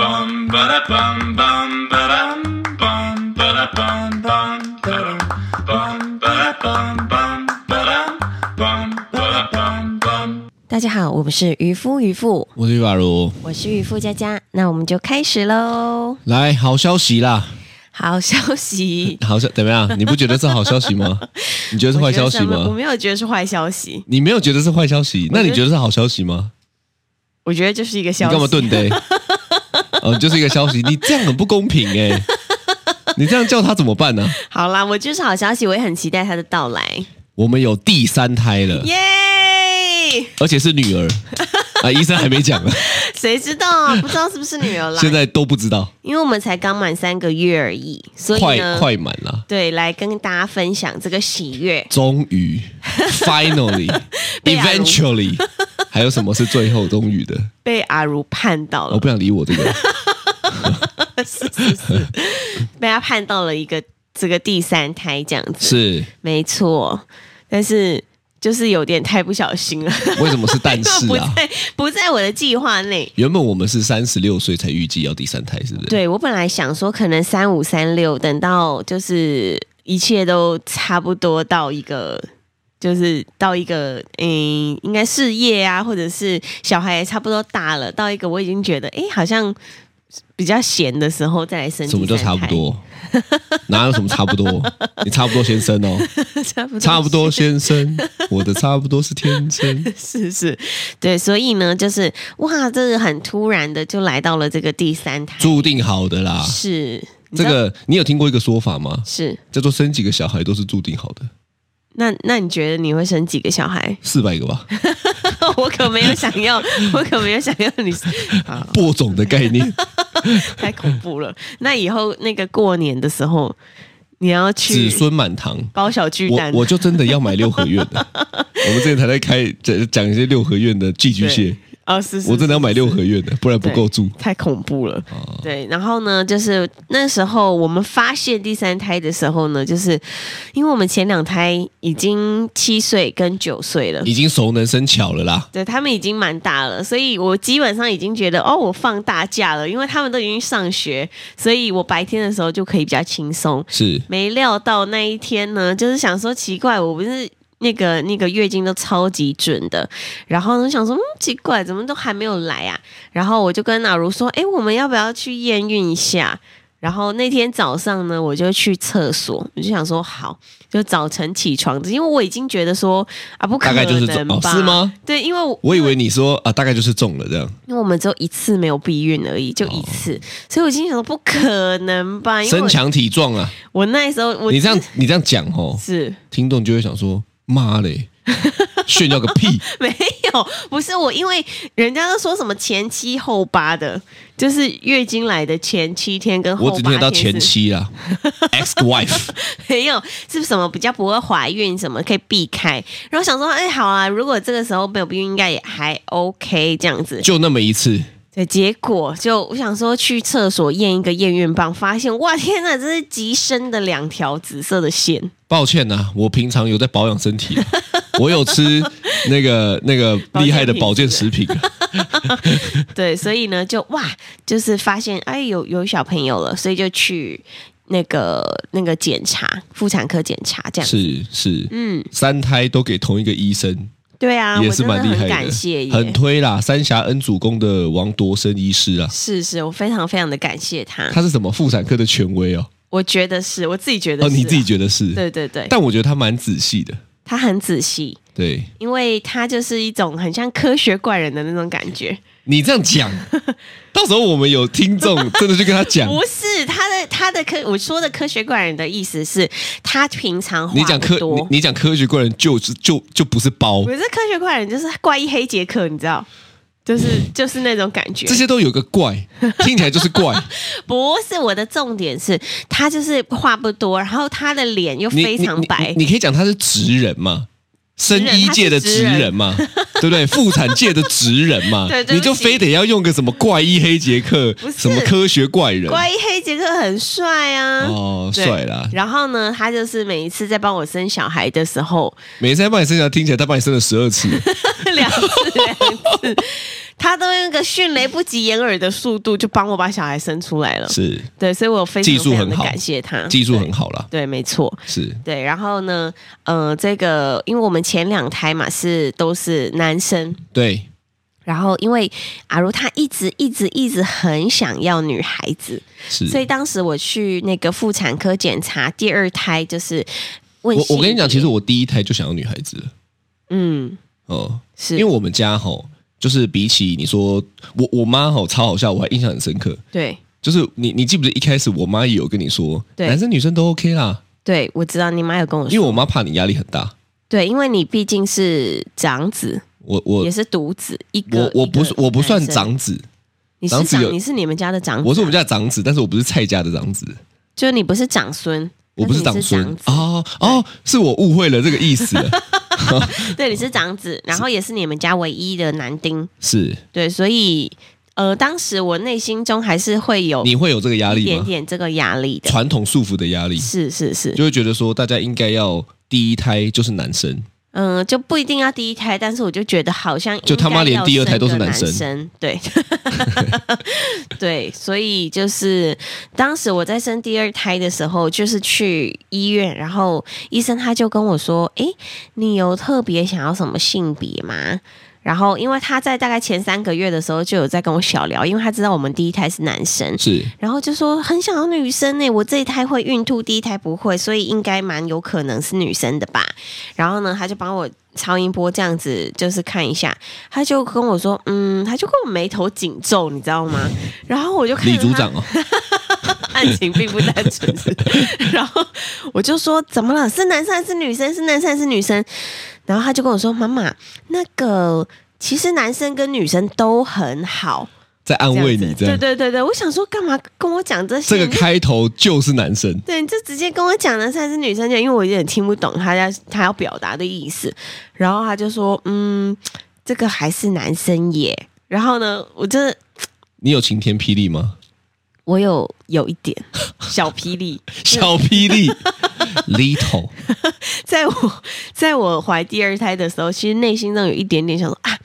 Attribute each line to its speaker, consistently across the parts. Speaker 1: bum ba da bum bum ba dum bum ba da bum bum ba dum bum ba da bum bum ba dum bum ba da bum bum.
Speaker 2: 大家好，我们是渔夫渔妇，
Speaker 3: 我是瓦如，
Speaker 2: 我是渔夫佳佳，那我们就开始喽。
Speaker 3: 来，好消息啦！，
Speaker 2: 好消息
Speaker 3: 好消怎么样？你不觉得是好消息吗？ 你 觉得是坏消息
Speaker 2: 我觉得什么我
Speaker 3: 吗？
Speaker 2: 没有觉得是坏消息，
Speaker 3: 你没有觉得是坏消息，那你
Speaker 2: 我觉得
Speaker 3: 觉得是好消息吗？
Speaker 2: 我觉得就是一个
Speaker 3: 你
Speaker 2: 消息。
Speaker 3: 干嘛顿呆？ 哦，就是一个消息，你这样很不公平哎、你这样叫他怎么办呢、
Speaker 2: 好啦，我就是好消息，我也很期待它的到 来。
Speaker 3: 我们有第三胎了，
Speaker 2: 耶、
Speaker 3: 而且 是女儿啊！医生还没讲呢，
Speaker 2: 谁知道啊？不知道是不是女儿 啦？
Speaker 3: 现在都不知道，
Speaker 2: 因为我们才刚满三个月而已，所以
Speaker 3: 快
Speaker 2: 呢，
Speaker 3: 快满了，
Speaker 2: 对，来跟大家分享这个喜悦。
Speaker 3: 终于
Speaker 2: 被阿如
Speaker 3: ，finally，eventually，还有什么是最后终于的？
Speaker 2: 被阿如判到
Speaker 3: 我
Speaker 2: 了，
Speaker 3: 哦不想理我这个。
Speaker 2: 是是是，被他判到了一个这个第三胎这样子，
Speaker 3: 是
Speaker 2: 没错。但是就是有点太不小心了，
Speaker 3: 为什么是但是
Speaker 2: 不
Speaker 3: 啊？
Speaker 2: 在不在我的计划内。
Speaker 3: 原本我们是三十六岁才预计要第三胎，是不是？，
Speaker 2: 对我本来想说，可能三五三六，等到就是一切都差不多到一个，就是到一个，嗯，应该事业啊，或者是小孩也差不多大了，到一个我已经觉得，哎，好像比较闲的时候再来生。
Speaker 3: 什么叫差不？多？哪有什么差不多？ 你差不多先生哦，
Speaker 2: 差不多，
Speaker 3: 差不多 先生，我的差不多是天生。
Speaker 2: 是是，对，所以呢，就是哇，这个很突然的就来到了这个第三胎，
Speaker 3: 注定好的啦。
Speaker 2: 是你知
Speaker 3: 这
Speaker 2: 道
Speaker 3: 个你有听过一个说法吗？
Speaker 2: 是。
Speaker 3: 叫做生几个小孩都是注定好的，
Speaker 2: 那那你觉得你会生几个小孩？ 哦
Speaker 3: 四百个吧，
Speaker 2: 我可没有想要，我可没有想要你， 啊，
Speaker 3: 播种的概 念，
Speaker 2: 太恐怖了。那以后那个过年的时候，你要
Speaker 3: 子
Speaker 2: 去
Speaker 3: 孙满堂。
Speaker 2: 包小巨蛋
Speaker 3: 我，我就真的要买六合院 了。我们之前才在开讲讲一些六合院的寄居蟹，
Speaker 2: 哦，是是
Speaker 3: 我真的要
Speaker 2: 是
Speaker 3: 买
Speaker 2: 是
Speaker 3: 六合院的，不然不够住。
Speaker 2: 太恐怖了。
Speaker 3: 哦
Speaker 2: 对，然后呢，就是那时候我们发现第三胎的时候呢，就是因为我们前两胎已经七岁跟九岁 了。
Speaker 3: 已经熟能生巧了啦。
Speaker 2: 对他们已经蛮大了，所以我基本上已经觉得哦，我放大假了，因为他们都已经上学，所以我白天的时候就可以比较轻松。
Speaker 3: 是
Speaker 2: 没料到那一天呢，就是想说奇怪，我不是那个那个月经都超级准的，然后呢想说，嗯，奇怪，怎么都还没有来啊？然后我就跟老如说，哎，我们要不要去验孕一下？然后那天早上呢，我就去厕所，我就想说好，就早晨起床，因为我已经觉得说啊，不可
Speaker 3: 大
Speaker 2: 能吧
Speaker 3: 概就是这哦，是？吗？
Speaker 2: 对，因为我
Speaker 3: 我以为你说啊，大概就是中了这样，
Speaker 2: 因为我们只有一次没有避孕而已，就一次，所以我已经想说不可能吧，因为
Speaker 3: 身
Speaker 2: 我
Speaker 3: 强体壮啊！
Speaker 2: 我那时候我
Speaker 3: 你这样你这样讲哦，
Speaker 2: 是
Speaker 3: 听众就会想说，妈 嘞，炫耀个屁！
Speaker 2: 没有，不是我，因为人家都说什么前七后八的，就是月经来的前七天跟后
Speaker 3: 我
Speaker 2: 八
Speaker 3: 只
Speaker 2: 天
Speaker 3: 听得到
Speaker 2: 是
Speaker 3: 前妻啊，ex wife，
Speaker 2: 没有，是什么比较不会怀孕，什么可以避开。然后想说，哎，好啊，如果这个时候没有避孕，应该也还 OK 这样子。
Speaker 3: 就那么一次，
Speaker 2: 对，结果就我想说去厕所验一个验孕棒，发现哇天哪，这是极深的两条紫色的线。
Speaker 3: 抱歉呐、我平常有在保养 身体啊、我有吃那个那个厉害的保健食品啊、
Speaker 2: 对，所以呢，就哇，就是发现哎，有有小朋友了，所以就去那个那个检查，妇产科检查这样。
Speaker 3: 是是，
Speaker 2: 嗯，
Speaker 3: 三胎都给同一个医生，
Speaker 2: 对啊，
Speaker 3: 也
Speaker 2: 我
Speaker 3: 是
Speaker 2: 真的
Speaker 3: 蛮厉害
Speaker 2: 很
Speaker 3: 的，
Speaker 2: 感谢耶，
Speaker 3: 很推啦。三峡恩主公的王铎生医师啊，
Speaker 2: 是是，我非常非常的感谢他。
Speaker 3: 他是什么妇产科的权威哦？
Speaker 2: 我觉得是我自己觉得
Speaker 3: 哦，
Speaker 2: 是啊、
Speaker 3: 你自己觉得是？
Speaker 2: 对对对，
Speaker 3: 但我觉得他蛮仔细的，
Speaker 2: 他很仔细，
Speaker 3: 对
Speaker 2: 因为他就是一种很像科学怪人的那种感觉。
Speaker 3: 你这 样讲，到时候我们有听众 真的去跟他讲，
Speaker 2: 不是他的他的科，我说的科学怪人的意思是，他平常话
Speaker 3: 你讲
Speaker 2: 不
Speaker 3: 科
Speaker 2: 多
Speaker 3: 你你讲科学怪人就是就就不是包
Speaker 2: 不，是科学怪人，就是怪异黑杰克，你知道，就是就是那种感觉
Speaker 3: 这。些都有个 怪，听起来就是怪。
Speaker 2: 不是我的重点是，他就是话不多，然后他的脸又
Speaker 3: 你
Speaker 2: 非常
Speaker 3: 你
Speaker 2: 白
Speaker 3: 你，你可以讲他是职人嘛，生医界的职人嘛， 对不对？妇产界的职人 嘛
Speaker 2: 对，对
Speaker 3: 你
Speaker 2: 不起
Speaker 3: 就非得要用个什么怪医黑杰克
Speaker 2: 不，是
Speaker 3: 什么科学怪人，
Speaker 2: 怪异黑杰克很帅啊。
Speaker 3: 哦，
Speaker 2: 对
Speaker 3: 帅啦！
Speaker 2: 然后呢，他就是每一次在帮我生小孩的时候，
Speaker 3: 每次在帮你生小孩，听起来他帮你生了十二次，
Speaker 2: 两次两次，他都用一个迅雷不及掩耳的速度就帮我把小孩生出来了。
Speaker 3: 是
Speaker 2: 对，所以我有非常
Speaker 3: 技术
Speaker 2: 非常的
Speaker 3: 很好
Speaker 2: 感谢他，
Speaker 3: 技术很好啦，
Speaker 2: 嗯对，没错。
Speaker 3: 是
Speaker 2: 对，然后呢，呃，这个因为我们前两胎嘛是都是男生，
Speaker 3: 对，
Speaker 2: 然后因为阿如她一直一直一直很想要女孩子，
Speaker 3: 是。
Speaker 2: 所以当时我去那个妇产科检查，第二胎就是问
Speaker 3: 我我跟你
Speaker 2: 性别
Speaker 3: 讲，其实我第一胎就想要女孩子了，
Speaker 2: 嗯
Speaker 3: 嗯，
Speaker 2: 是
Speaker 3: 因为我们家吼，就是比起你说我我妈吼超好笑，我还印象很深刻，
Speaker 2: 对
Speaker 3: 就是你你记不记得一开始我妈也有跟你说，
Speaker 2: 对
Speaker 3: 男生女生都 OK 啦，
Speaker 2: 对，我知道你妈有跟我
Speaker 3: 因为
Speaker 2: 说，
Speaker 3: 我妈怕你压力很大，
Speaker 2: 对，因为你毕竟是长子，
Speaker 3: 我我
Speaker 2: 也是独子一个，
Speaker 3: 我我
Speaker 2: 一个
Speaker 3: 不是我不算
Speaker 2: 男生，
Speaker 3: 长子，
Speaker 2: 你是
Speaker 3: 长子有
Speaker 2: 长，你是你们家的长子啊，
Speaker 3: 我是我们家的长子，但是我不是蔡家的长子，
Speaker 2: 就你不是长孙，
Speaker 3: 我不是
Speaker 2: 但
Speaker 3: 长
Speaker 2: 你
Speaker 3: 孙
Speaker 2: 子
Speaker 3: 哦哦，是我误会了这个意思了，
Speaker 2: 对，你是长子，然后也是你们家唯一的男丁，
Speaker 3: 是
Speaker 2: 对，所以呃，当时我内心中还是会有
Speaker 3: 你会有这个压
Speaker 2: 一
Speaker 3: 力
Speaker 2: 点
Speaker 3: 吗？
Speaker 2: 点这个压力的，
Speaker 3: 传统束缚的压力，
Speaker 2: 是是是，
Speaker 3: 就会觉得说大家应该要第一胎就是男生，
Speaker 2: 嗯、就不一定要第一胎，但是我就觉得好像应该
Speaker 3: 就他妈连
Speaker 2: 要
Speaker 3: 第二胎都是
Speaker 2: 生个
Speaker 3: 男
Speaker 2: 男
Speaker 3: 生
Speaker 2: 对， 对，所以就是当时我在生第二胎的时候，就是去医院，然后医生他就跟我说：“诶，你有特别想要什么性别吗？”然后，因为他在大概前三个月的时候就有在跟我小聊，因为他知道我们第一胎是男生，
Speaker 3: 是
Speaker 2: 然后就说很想要女生呢、我这一胎会孕吐，第一胎不会，所以应该蛮有可能是女生的吧。然后呢，他就帮我超音波这样子，就是看一下，他就跟我说，嗯，他就跟我眉头紧皱，你知道吗？ 然后我就看
Speaker 3: 李
Speaker 2: 着
Speaker 3: 组
Speaker 2: 他
Speaker 3: 长哦，
Speaker 2: 案情并不单纯， 然后我就说怎么了？是男生还是女生？是男生还是女生？然后他就跟我说，妈妈，那个其实男生跟女生都很好。
Speaker 3: 在安慰你这
Speaker 2: 对
Speaker 3: 样，
Speaker 2: 对对对，我想说干嘛跟我讲这些？
Speaker 3: 这个开头就是男生，
Speaker 2: 对，你就直接跟我讲的才是女生就因为我有点听不懂他要他要表达的意思。然后他就说，嗯，这个还是男生耶。然后呢，我这
Speaker 3: 你有晴天霹雳吗？
Speaker 2: 我有有一点小霹雳，
Speaker 3: 小霹雳，little，
Speaker 2: 在我在我怀第二胎的时候，其实内心中有一点点想说啊，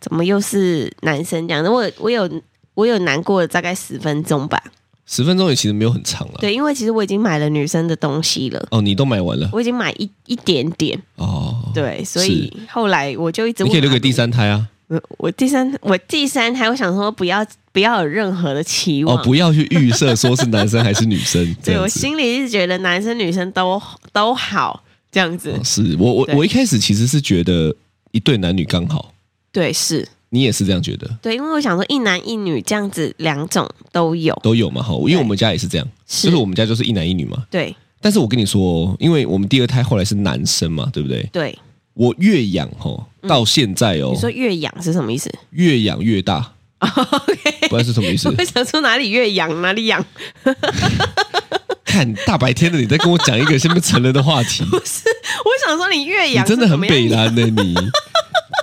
Speaker 2: 怎么又是男生这样的？我我有我有难过大概十分钟吧，
Speaker 3: 十分钟也其实没有很长了。
Speaker 2: 对，因为其实我已经买了女生的东西了。
Speaker 3: 哦，你都买完了
Speaker 2: 我已经买一一点点，
Speaker 3: 哦，，
Speaker 2: 对，所以后来我就一直
Speaker 3: 你可以留给
Speaker 2: 问阿
Speaker 3: 第三胎啊。
Speaker 2: 我我第三我第三胎，我想说不要不要有任何的期
Speaker 3: 哦
Speaker 2: 望。，
Speaker 3: 不要去预设说是男生还是女生，这
Speaker 2: 对我
Speaker 3: 样子。
Speaker 2: 心里一直觉得男生女生都都好这样子。
Speaker 3: 哦是我我
Speaker 2: 对
Speaker 3: 我一开始其实是觉得一对男女刚好，
Speaker 2: 对，是
Speaker 3: 你也是这样觉得，
Speaker 2: 对，因为我想说一男一女这样子两种都有。
Speaker 3: 都有嘛哈？因为我们家也是这样，
Speaker 2: 是
Speaker 3: 就是我们家就是一男一女嘛。
Speaker 2: 对
Speaker 3: 但是我跟你说哦，因为我们第二胎后来是男生嘛，对不对？
Speaker 2: 对，
Speaker 3: 我越养吼到现在哦
Speaker 2: 嗯你，说越养是什么意思？
Speaker 3: 越养越大，不知道是什么 意思。
Speaker 2: 我想说哪里越养哪里养，
Speaker 3: 看大白天的你在跟我讲一个什么成人的话题，
Speaker 2: 我想说你越
Speaker 3: 你
Speaker 2: 养
Speaker 3: 真的
Speaker 2: 是
Speaker 3: 很
Speaker 2: 怎么样
Speaker 3: 北蓝的、你，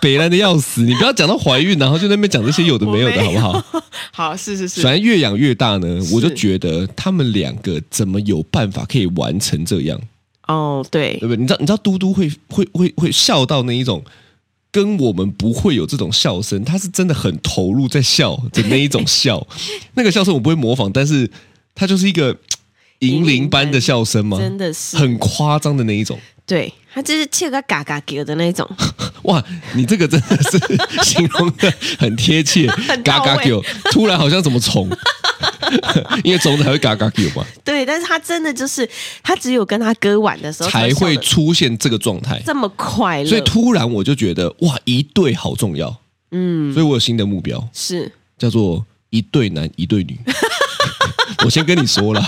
Speaker 3: 北蓝的要死！你不要讲到怀孕，然后就在那边讲这些有的没有的，好
Speaker 2: 我没
Speaker 3: 不
Speaker 2: 有
Speaker 3: 好？
Speaker 2: 好，是 是
Speaker 3: 反
Speaker 2: 是，
Speaker 3: 正越养越大呢，
Speaker 2: 是
Speaker 3: 我就觉得他们两个怎么有办法可以完成这样，
Speaker 2: 哦对
Speaker 3: 对不对？你知道，你知道嘟嘟会会会会笑到那一种，跟我们不会有这种笑声，他是真的很投入在笑的那一种 笑，那个笑声我不会模仿，但是他就是一个银铃般的笑声嘛，
Speaker 2: 真的是
Speaker 3: 很夸张的那一种。
Speaker 2: 对，他就是切个嘎嘎给的那种，
Speaker 3: 哇，你这个真的是 形容的很 贴切，
Speaker 2: 到
Speaker 3: 嘎
Speaker 2: 位
Speaker 3: 嘎给我，突然好像怎么虫， 因为虫子还会嘎嘎给我嘛，
Speaker 2: 对，但是他真的就是他只有跟他哥玩的时候
Speaker 3: 才
Speaker 2: 笑
Speaker 3: 会
Speaker 2: 得
Speaker 3: 出现这个状态。
Speaker 2: 这么快乐，
Speaker 3: 所以突然我就觉得哇，一对好重要，嗯，所以我有新的目标，
Speaker 2: 是
Speaker 3: 叫做一对男一对女。 我先跟你 说了，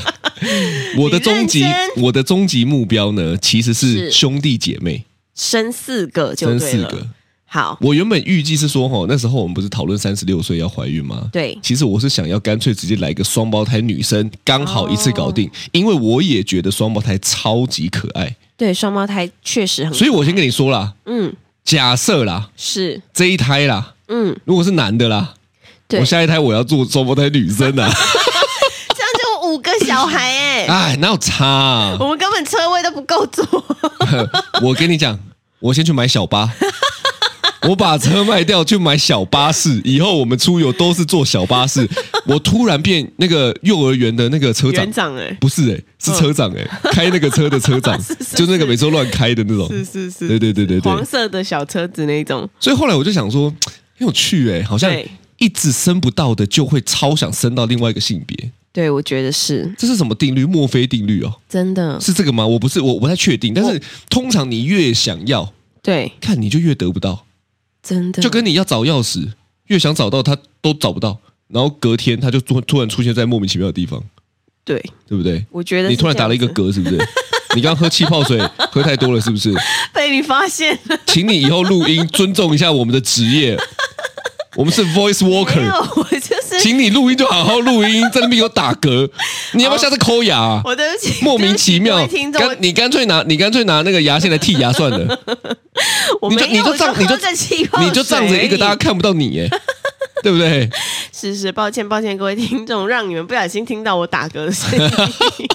Speaker 3: 我的
Speaker 2: 你认
Speaker 3: 终极
Speaker 2: 真
Speaker 3: 我的终极目标呢，其实是
Speaker 2: 是
Speaker 3: 兄弟姐妹，
Speaker 2: 生四个就
Speaker 3: 生
Speaker 2: 对
Speaker 3: 四
Speaker 2: 了。
Speaker 3: 个。
Speaker 2: 好，
Speaker 3: 我原本预计是说，吼，那时候我们不是讨论三十六岁要怀孕吗？
Speaker 2: 对
Speaker 3: 其实我是想要干脆直接来一个双胞胎女生，刚好一次搞
Speaker 2: 哦
Speaker 3: 定，因为我也觉得双胞胎超级可爱，
Speaker 2: 对，双胞胎确实很，
Speaker 3: 所以我先跟你说啦，
Speaker 2: 嗯
Speaker 3: 假设啦，
Speaker 2: 是
Speaker 3: 这一胎啦，
Speaker 2: 嗯
Speaker 3: 如果是男的啦，
Speaker 2: 对，
Speaker 3: 我下一胎我要做双胞胎女生
Speaker 2: 这
Speaker 3: 啊，
Speaker 2: 样就有五个小孩哎、
Speaker 3: 哎，哪有差、啊？
Speaker 2: 我们根本车位都不够坐，
Speaker 3: 我跟你讲，我先去买小巴， 我把车卖掉去买小巴士，以后我们出游都是坐小巴士。 我突然变那个幼儿园的那个车长
Speaker 2: 园，长哎，
Speaker 3: 不是哎、是车长哎、开那个车的车 长，就是那个每次都乱开的那种。
Speaker 2: 是是是，
Speaker 3: 哦对对对对对
Speaker 2: 黄色的小车子那种，
Speaker 3: 所以后来我就想说，很有趣哎、好像
Speaker 2: 对
Speaker 3: 一直升不到的，就会超想升到另外一个性别，
Speaker 2: 对我觉得是
Speaker 3: 这是什么定律？墨菲定律哦，
Speaker 2: 真的，
Speaker 3: 是这个吗？我不是，我我不太确定。但是通常你越想要，
Speaker 2: 对，
Speaker 3: 看你就越得不到，
Speaker 2: 真的，
Speaker 3: 就跟你要找钥匙，越想找到它都找不到，然后隔天它就突突然出现在莫名其妙的地方，
Speaker 2: 对，
Speaker 3: 对不对？
Speaker 2: 我觉得
Speaker 3: 你
Speaker 2: 是
Speaker 3: 突然
Speaker 2: 这样
Speaker 3: 打了一个
Speaker 2: 子，
Speaker 3: 嗝，是不是？你刚刚喝气泡 水喝太多了，是不是？
Speaker 2: 被你发现了，
Speaker 3: 请你以后录音尊重一下我们的职业，我们是 voice
Speaker 2: 没有
Speaker 3: walker，，
Speaker 2: 我就是
Speaker 3: 请你录音就好好录音，在那边有打嗝，你要不要下次抠牙啊、
Speaker 2: 我对不起，
Speaker 3: 莫名其
Speaker 2: 对
Speaker 3: 妙
Speaker 2: 不起各位听，
Speaker 3: 干
Speaker 2: 众，
Speaker 3: 你干脆拿你干脆拿那个牙线来剔牙 算了，
Speaker 2: 我
Speaker 3: 你就
Speaker 2: 没有
Speaker 3: 你就
Speaker 2: 我
Speaker 3: 仗你就
Speaker 2: 喝着气泡
Speaker 3: 你就仗着一
Speaker 2: 水
Speaker 3: 个大家看不到你耶， 对不对？
Speaker 2: 是是，抱歉抱歉，各位听众，让你们不小心听到我打嗝的声 音。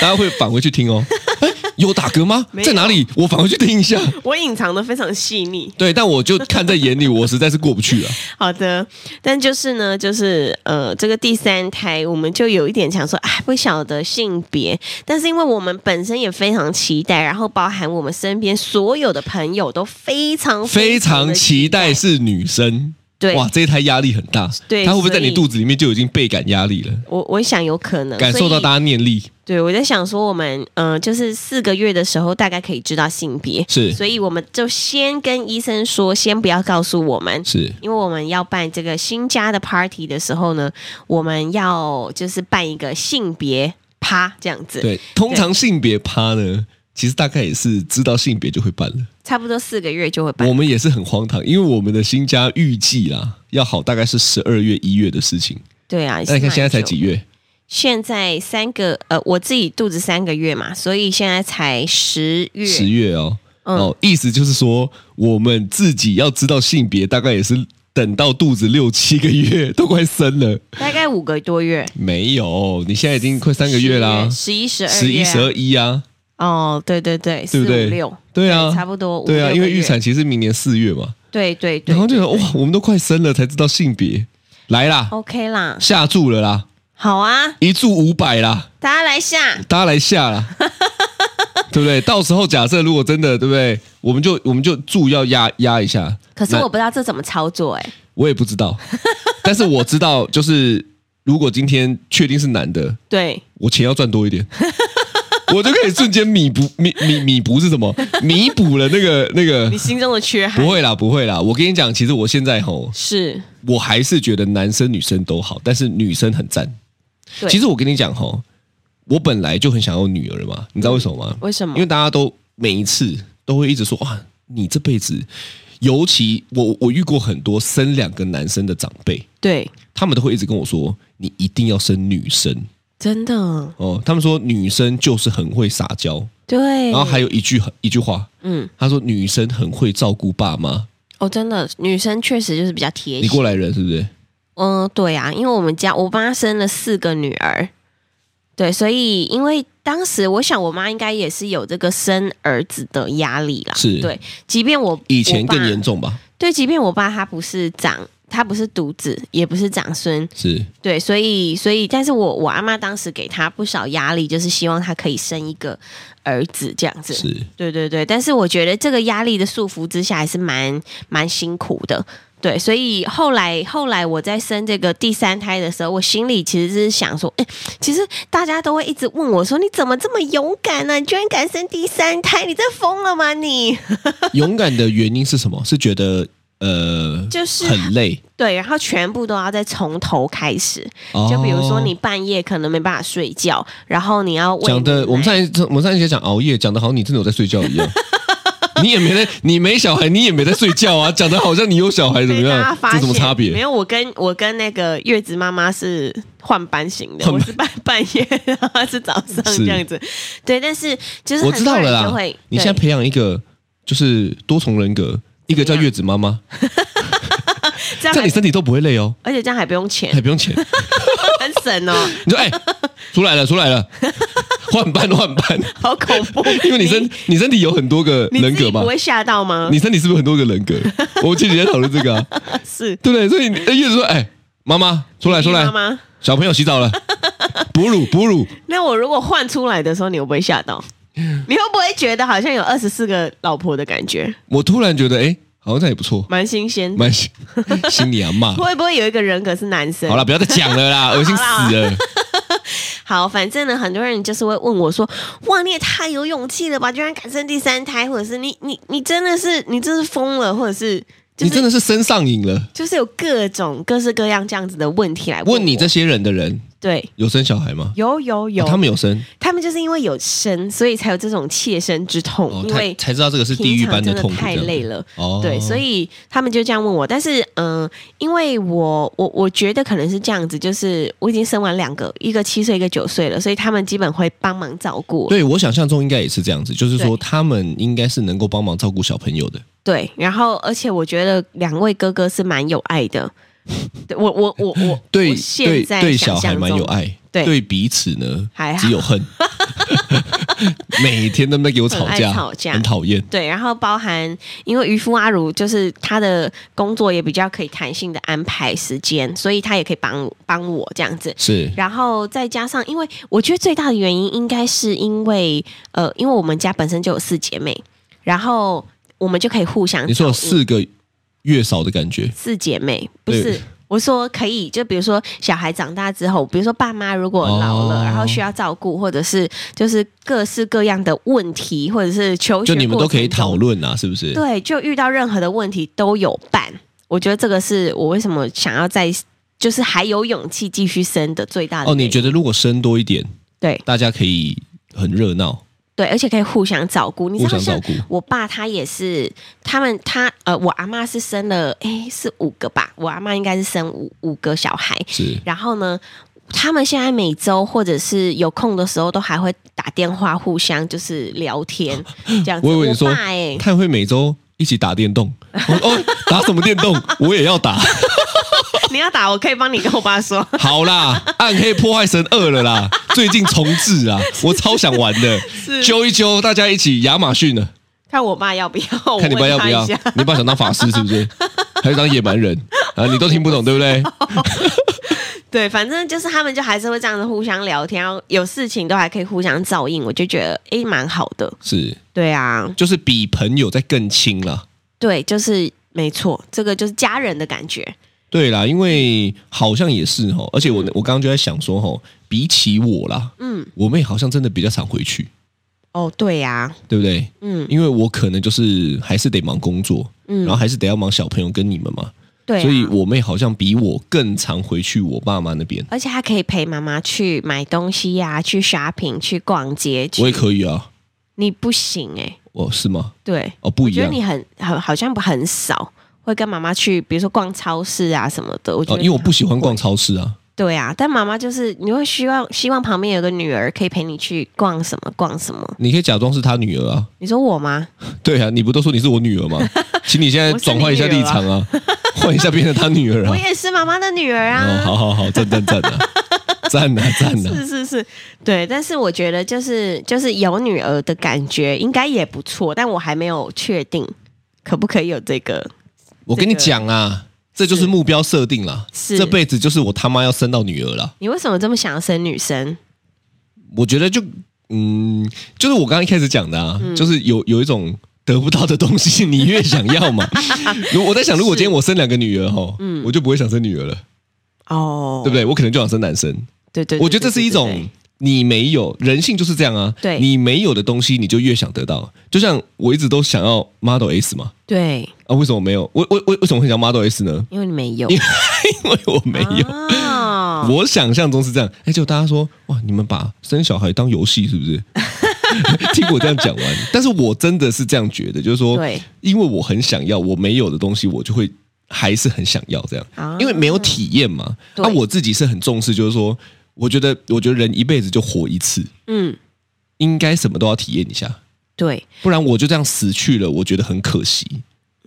Speaker 3: 大家会返回去 听哦。哎，有打嗝吗
Speaker 2: 没？有
Speaker 3: 在哪里？我返回去听一下。
Speaker 2: 我隐藏的非常细腻。
Speaker 3: 对，但我就看在眼里，我实在是过不去 了。
Speaker 2: 好的，但就是呢，就是呃，这个第三胎，我们就有一点想说，哎，不晓得性别，但是因为我们本身也非常期待，然后包含我们身边所有的朋友都非常
Speaker 3: 非常
Speaker 2: 地
Speaker 3: 期待是女生，
Speaker 2: 对
Speaker 3: 哇，这一胎压力很大。
Speaker 2: 对
Speaker 3: 她会不会在
Speaker 2: 所以
Speaker 3: 你肚子里面就已经倍感压力了？
Speaker 2: 我我想有可能
Speaker 3: 感受到大
Speaker 2: 答。
Speaker 3: 家念力
Speaker 2: 对，我在想说，我们呃，就是四个月的时候，大概可以知道性别，
Speaker 3: 是
Speaker 2: 所以我们就先跟医生说，先不要告诉我们，
Speaker 3: 是
Speaker 2: 因为我们要办这个新家的 party 的时候呢，我们要就是办一个性别趴这样子，
Speaker 3: 对。通常性别趴呢，其实大概也是知道性别就会办了。
Speaker 2: 差不多四个月就会办
Speaker 3: 我。们也是很荒唐，因为我们的新家预计啦要好大概是十二月一月的事情。
Speaker 2: 对啊，
Speaker 3: 那你看
Speaker 2: 是蛮
Speaker 3: 现在才
Speaker 2: 久
Speaker 3: 几？月？
Speaker 2: 现在三个呃，我自己肚子三个月嘛，所以现在才十月。
Speaker 3: 十月哦。
Speaker 2: 嗯
Speaker 3: 哦，意思就是说，我们自己要知道性别，大概也是等到肚子六七个月，都快生了。
Speaker 2: 大概五个多月，
Speaker 3: 没有，你现在已经快三个月啦，
Speaker 2: 十一、十二、
Speaker 3: 十一、十二、一啊，
Speaker 2: 哦，对对对，
Speaker 3: 对
Speaker 2: 四
Speaker 3: 不
Speaker 2: 五
Speaker 3: 对
Speaker 2: 六，？
Speaker 3: 对啊，
Speaker 2: 差不多五
Speaker 3: 对啊，
Speaker 2: 六
Speaker 3: 因
Speaker 2: 个
Speaker 3: 为预
Speaker 2: 月
Speaker 3: 产期是明年四月嘛，
Speaker 2: 对对对哦
Speaker 3: 然后就想哇，我们都快生了才知道性别，来啦，
Speaker 2: ，OK 啦，
Speaker 3: 下注了啦，
Speaker 2: 好啊，
Speaker 3: 一注五百啦，
Speaker 2: 大家来下，
Speaker 3: 大家来下 啦，对不对？到时候假设如果真的，对不对？我们就我们就注要压压一下，
Speaker 2: 可是
Speaker 3: 那
Speaker 2: 我不知道这怎么操作哎、
Speaker 3: 我也不 知道，但是我知道，就是如果今天确定是男的，
Speaker 2: 对，
Speaker 3: 我钱要赚多 一点，我就可以瞬间弥补弥弥弥补是什么？弥补了那个那个
Speaker 2: 你。心中的缺憾
Speaker 3: 不会啦，不会啦！我跟你讲，其实我现在吼，
Speaker 2: 是，
Speaker 3: 我还是觉得男生女生都好，但是女生很赞。
Speaker 2: 对，
Speaker 3: 其实我跟你讲吼，我本来就很想要女儿嘛，你知道为什么吗？
Speaker 2: 为什么
Speaker 3: 因为？大家都每一次都会一直说哇，你这辈子，尤其我我遇过很多生两个男生的长辈，
Speaker 2: 对，
Speaker 3: 他们都会一直跟我说，你一定要生女生
Speaker 2: 真的
Speaker 3: 哦。他们说女生就是很会撒娇，
Speaker 2: 对，
Speaker 3: 然后还有一句一句话，
Speaker 2: 嗯，
Speaker 3: 他说女生很会照顾爸妈。
Speaker 2: 哦，真的，女生确实就是比较贴
Speaker 3: 你过
Speaker 2: 心。
Speaker 3: 来人是不是？
Speaker 2: 嗯、对啊，因为我们家我妈生了四个女儿，对，所以因为当时我想我妈应该也是有这个生儿子的压力啦，
Speaker 3: 是
Speaker 2: 对，即便我
Speaker 3: 以前
Speaker 2: 我爸
Speaker 3: 更严重吧？
Speaker 2: 对，即便我爸他不是长，他不是独子，也不是长孙，
Speaker 3: 是
Speaker 2: 对，所以所以，但是我我阿妈当时给他不少压力，就是希望他可以生一个儿子这样子。
Speaker 3: 是，
Speaker 2: 对对对，但是我觉得这个压力的束缚之下，还是蛮蛮辛苦的。对，所以后来后来我在生这个第三胎的时候，我心里其实是想说，哎、其实大家都会一直问我说，你怎么这么勇敢呢、啊你居然敢生第三胎，你这疯了吗你？
Speaker 3: 勇敢的原因是什么？是觉得呃，
Speaker 2: 就是啊
Speaker 3: 很累。
Speaker 2: 对，然后全部都要再从头开始。
Speaker 3: 哦
Speaker 2: 就比如说你半夜可能没办法睡觉，然后你要喂
Speaker 3: 讲
Speaker 2: 奶
Speaker 3: 的，我们上一次我们上一节讲熬夜，讲的好像你真的有在睡觉一样。 你也没在，你没小孩，你也没在睡觉啊，讲的好像你有小孩怎么
Speaker 2: 被大家
Speaker 3: 样？
Speaker 2: 发
Speaker 3: 这
Speaker 2: 现
Speaker 3: 什么差别
Speaker 2: 没？有，我跟我跟那个月子妈妈是换班型的，
Speaker 3: 换班
Speaker 2: 我是半半夜，然后是早上
Speaker 3: 是
Speaker 2: 这样子。对，但是就是
Speaker 3: 我
Speaker 2: 很
Speaker 3: 知
Speaker 2: 多
Speaker 3: 道了
Speaker 2: 人就
Speaker 3: 啦
Speaker 2: 会。
Speaker 3: 你现在
Speaker 2: 对
Speaker 3: 培养一个就是多重人格，一个叫
Speaker 2: 怎么样
Speaker 3: 月子妈妈，
Speaker 2: 这样
Speaker 3: 这样
Speaker 2: 还
Speaker 3: 你，身体都不会累哦，
Speaker 2: 而且这样还不用钱
Speaker 3: 还，不用钱。
Speaker 2: 很省哦。
Speaker 3: 你说哎，出来了，出来了，换班换班，！
Speaker 2: 好恐怖
Speaker 3: 因为你身你身体有很多个
Speaker 2: 你
Speaker 3: 人
Speaker 2: 自己
Speaker 3: 格嘛
Speaker 2: 不，会吓到吗？
Speaker 3: 你身体是不是很多个人格？ 我们前几天讨论这个啊，
Speaker 2: 是
Speaker 3: 对不对？所以你一直说，哎，妈妈出来出来
Speaker 2: 你，妈妈。
Speaker 3: 小朋友洗澡了， 哺乳哺乳，
Speaker 2: 那我如果换出来的时候，你会不会吓到？你会不会觉得好像有二十四个老婆的感觉，
Speaker 3: 我突然觉得，哎，好像这样也不错，
Speaker 2: 蛮新鲜的？
Speaker 3: 蛮心心里啊骂。
Speaker 2: 会不会有一个人格是男生？
Speaker 3: 好了，不要再讲 了啦，恶心死了。
Speaker 2: 好，反正呢，很多人就是会问我说：“哇，你也太有勇气了吧，居然敢生第三胎，或者是你你你真的是你真是疯了，或者是就
Speaker 3: 你真
Speaker 2: 是
Speaker 3: 的是身上瘾了。
Speaker 2: 就是有各种各式各样这样子的问题来问
Speaker 3: 问你
Speaker 2: 我
Speaker 3: 这些人的人
Speaker 2: 对
Speaker 3: 有生小孩吗？
Speaker 2: 有有有、
Speaker 3: 哦他们有生，
Speaker 2: 他们就是因为有生，所以才有这种切身之痛，
Speaker 3: 哦，
Speaker 2: 因
Speaker 3: 才
Speaker 2: 为
Speaker 3: 才知道这个是地
Speaker 2: 平
Speaker 3: 狱
Speaker 2: 常
Speaker 3: 般
Speaker 2: 真
Speaker 3: 痛苦，
Speaker 2: 太
Speaker 3: 这样
Speaker 2: 累了。
Speaker 3: 哦，
Speaker 2: 对，所以他们就这样问我，但是嗯、呃因为我我我觉得可能是这样子，就是我已经生完两个，一个七岁，一个九岁了，所以他们基本会帮忙照顾。
Speaker 3: 对我想象中应该也是这样子，就是
Speaker 2: 对
Speaker 3: 说他们应该是能够帮忙照顾小朋友的。
Speaker 2: 对，然后而且我觉得两位哥哥是蛮有爱的。 对我我我我，
Speaker 3: 对
Speaker 2: 我现
Speaker 3: 对
Speaker 2: 在
Speaker 3: 对，
Speaker 2: 想
Speaker 3: 小孩
Speaker 2: 象
Speaker 3: 蛮有
Speaker 2: 中，
Speaker 3: 爱，
Speaker 2: 对
Speaker 3: 彼此呢
Speaker 2: 还好
Speaker 3: 只有 恨， 每天都在给我吵
Speaker 2: 很
Speaker 3: 架，
Speaker 2: 爱吵架
Speaker 3: 很讨厌。
Speaker 2: 对，然后包含因为渔夫阿如就是他的工作也比较可以弹性的安排时间，所以他也可以帮帮我这样子。
Speaker 3: 是
Speaker 2: 然后再加上，因为我觉得最大的原因应该是因为，呃，因为我们家本身就有四姐妹，然后我们就可以互相
Speaker 3: 你说有
Speaker 2: 照应
Speaker 3: 四个月嫂的感觉，
Speaker 2: 四姐妹，不
Speaker 3: 对
Speaker 2: 是。我说可以，就比如说小孩长大之后，比如说爸妈如果老了，
Speaker 3: 哦
Speaker 2: 然后需要照顾，或者是就是各式各样的问题，或者是求学，
Speaker 3: 就你们都可以讨。论啊，是不是？
Speaker 2: 对，就遇到任何的问题都有伴。我觉得这个是我为什么想要在，就是还有勇气继续生的最大的
Speaker 3: 哦，你觉
Speaker 2: 得
Speaker 3: 得如果生多一点，
Speaker 2: 啊对
Speaker 3: 大家可以很热闹，
Speaker 2: 对，而且可以互相照顾。你知
Speaker 3: 互
Speaker 2: 道
Speaker 3: 相照
Speaker 2: 像
Speaker 3: 顾。
Speaker 2: 我爸他也是，他们他呃，我阿妈是生了诶是五个吧，我阿妈应该是生五五个小孩，
Speaker 3: 是
Speaker 2: 然后呢，他们现在每周或者是有空的时候，都还会打电话互相就是聊天这样子。
Speaker 3: 我以为你说
Speaker 2: 爸哎、
Speaker 3: 太会每周一起打电动。我说哦，打什么电动？ 我也要打。
Speaker 2: 你要打，我可以帮你跟我爸说。
Speaker 3: 好啦，《暗黑破坏神二》了啦，最近重 置啊，我超想玩的，揪一揪，大家一起亚马逊呢，
Speaker 2: 看我爸要不要？哦我
Speaker 3: 看你爸
Speaker 2: 问
Speaker 3: 要不
Speaker 2: 他一
Speaker 3: 要
Speaker 2: 下？
Speaker 3: 你爸想当法师是不是？还是当野蛮人啊？你都听不懂对不对？
Speaker 2: 对，反正就是他们就还是会这样子互相聊天，然后有事情都还可以互相照应，我就觉得诶蛮好的。
Speaker 3: 是，
Speaker 2: 对啊，
Speaker 3: 就是比朋友再更亲了。
Speaker 2: 对，就是没错，这个就是家人的感觉。
Speaker 3: 对啦，因为好像也是哦，而且我我刚刚就在想说哦，比起我啦，
Speaker 2: 嗯，
Speaker 3: 我妹好像真的比较常回去，
Speaker 2: 哦，对呀、
Speaker 3: 对不对？
Speaker 2: 嗯
Speaker 3: 因为我可能就是还是得忙工作，然后
Speaker 2: 嗯，
Speaker 3: 还是得要忙小朋友跟你们嘛，
Speaker 2: 对啊、
Speaker 3: 所以我妹好像比我更常回去我爸妈那边。
Speaker 2: 而且还可以陪妈妈去买东西呀、去 shopping，去逛街。去
Speaker 3: 我也可以啊，
Speaker 2: 你不行哎、
Speaker 3: 哦，是吗？
Speaker 2: 对，
Speaker 3: 哦，不
Speaker 2: 我
Speaker 3: 一
Speaker 2: 觉得
Speaker 3: 样
Speaker 2: 你很很好像很少会跟妈妈去，比如说逛超市啊什么的。我觉
Speaker 3: 哦，
Speaker 2: 得、
Speaker 3: 因为我不喜欢逛。超市啊。
Speaker 2: 对啊，但妈妈就是你会希望希望旁边有个女儿可以陪你去逛什么逛什么。
Speaker 3: 你可以假装是他女儿啊，
Speaker 2: 你说我吗？
Speaker 3: 对啊，你不都说你是我 女儿吗？请你现在
Speaker 2: 我是
Speaker 3: 转换一下立场啊，换一下变成他女儿
Speaker 2: 我
Speaker 3: 啊。
Speaker 2: 也是妈妈的女儿啊。
Speaker 3: 哦，好好好，赞赞赞啊，赞啊赞啊，
Speaker 2: 是是是，对，但是我觉得就是就是有女儿的感觉应该也不错，但我还没有确定可不可以有这个。
Speaker 3: 我跟你讲啊，这就是目标设定啦，
Speaker 2: 是
Speaker 3: 这辈子就是我他妈要生到女儿啦。
Speaker 2: 你为什么这么想要生女生？
Speaker 3: 我觉得就嗯，就是我刚刚一开始讲的
Speaker 2: 嗯
Speaker 3: 啊，就是有有一种得不到的东西， 你越想要嘛。如我在想，如果今天我生两个女儿哈，我就不会想生女儿了，
Speaker 2: 嗯哦，
Speaker 3: 对不对？我可能就想生男生。
Speaker 2: 对对对
Speaker 3: 我觉得这是一
Speaker 2: 对对
Speaker 3: 种
Speaker 2: 对
Speaker 3: 你没有人性就是这样啊，
Speaker 2: 对
Speaker 3: 你没有的东西你就越想得到。就像我一直都想要 Model S 嘛，
Speaker 2: 对，
Speaker 3: 啊，为什么没有？我我我为什么很想 Model S 呢？
Speaker 2: 因为你没有，
Speaker 3: 因为因为我没有。
Speaker 2: 哦，
Speaker 3: 我想象中是这样，哎、结果大家说，哇，你们把生小孩当游戏是不 是？听我这样讲完，但是我真的是这样觉得，就是说，
Speaker 2: 对
Speaker 3: 因为我很想要，我没有的东西，我就会还是很想要这样，
Speaker 2: 啊
Speaker 3: 因为没有体验嘛。那、
Speaker 2: 对
Speaker 3: 我自己是很重视，就是说，我觉得，我觉得人一辈子就活一次，
Speaker 2: 嗯，
Speaker 3: 应该什么都要体验一下，
Speaker 2: 对，
Speaker 3: 不然我就这样死去了，我觉得很可惜，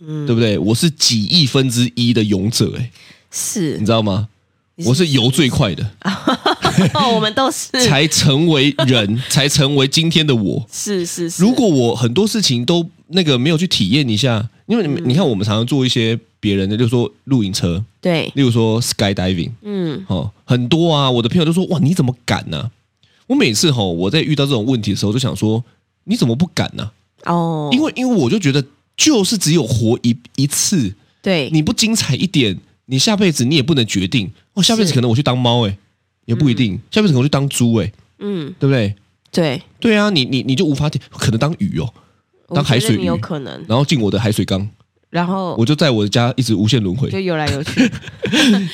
Speaker 2: 嗯
Speaker 3: 对不对？我是几亿分之一的勇者、哎，
Speaker 2: 是
Speaker 3: 你知道吗？
Speaker 2: 你
Speaker 3: 我是游最快的，
Speaker 2: 哦，我们都是，
Speaker 3: 才 成为人，才成为今天的我。
Speaker 2: 是是是，
Speaker 3: 如果我很多事情都那个没有去体验一下，因为
Speaker 2: 嗯
Speaker 3: 你们、你看，我们常常做一些别人的，就是说露营车，
Speaker 2: 对，
Speaker 3: 例如说 skydiving，
Speaker 2: 嗯，
Speaker 3: 哦，很多啊，我的朋友都说哇，你怎么敢呢、我每次吼、我在遇到这种问题的时候，就想说你怎么不敢呢、
Speaker 2: 哦，
Speaker 3: 因为因为我就觉得就是只有活一一次，
Speaker 2: 对，
Speaker 3: 你不精彩一点，你下辈子你也不能决定哦，下辈子
Speaker 2: 是
Speaker 3: 可能我去当猫哎、也不一定，下辈子可能我去当猪哎、
Speaker 2: 嗯，
Speaker 3: 对不对？
Speaker 2: 对，
Speaker 3: 对啊，你你你就无法体可能当鱼哦，
Speaker 2: 我
Speaker 3: 当
Speaker 2: 觉
Speaker 3: 海
Speaker 2: 得
Speaker 3: 水
Speaker 2: 你有
Speaker 3: 鱼
Speaker 2: 可能，
Speaker 3: 然后进我的海水缸，
Speaker 2: 然后
Speaker 3: 我就在我的家一直无限轮回，
Speaker 2: 哦就游来游去，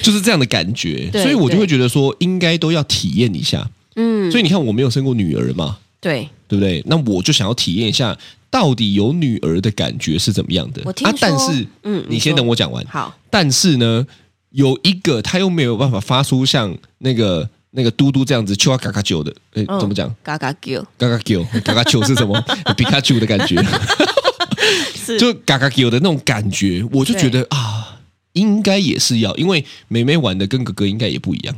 Speaker 3: 就是这样的感觉。
Speaker 2: 对
Speaker 3: 所以我就
Speaker 2: 对
Speaker 3: 会觉得说，应该都要体验一下。
Speaker 2: 嗯，
Speaker 3: 所以你看，我没有生过女儿嘛，
Speaker 2: 对，
Speaker 3: 对不对？那我就想要体验一下，到底有女儿的感觉是怎么样的。
Speaker 2: 我听
Speaker 3: 啊，但
Speaker 2: 说
Speaker 3: 是
Speaker 2: 嗯，
Speaker 3: 你先
Speaker 2: 说
Speaker 3: 等我讲完。
Speaker 2: 好，
Speaker 3: 但是呢，有一个他又没有办法发出像那个那个嘟嘟这样子丘啊嘎嘎啾的，诶，
Speaker 2: 嗯
Speaker 3: 怎么讲？
Speaker 2: 嘎嘎叫，
Speaker 3: 嘎嘎啾，嘎嘎啾是什么？ 皮卡丘的感觉，
Speaker 2: 是
Speaker 3: 就嘎嘎啾的那种感觉，我就觉得啊，应该也是要，因为妹妹玩的跟哥哥应该也不一样，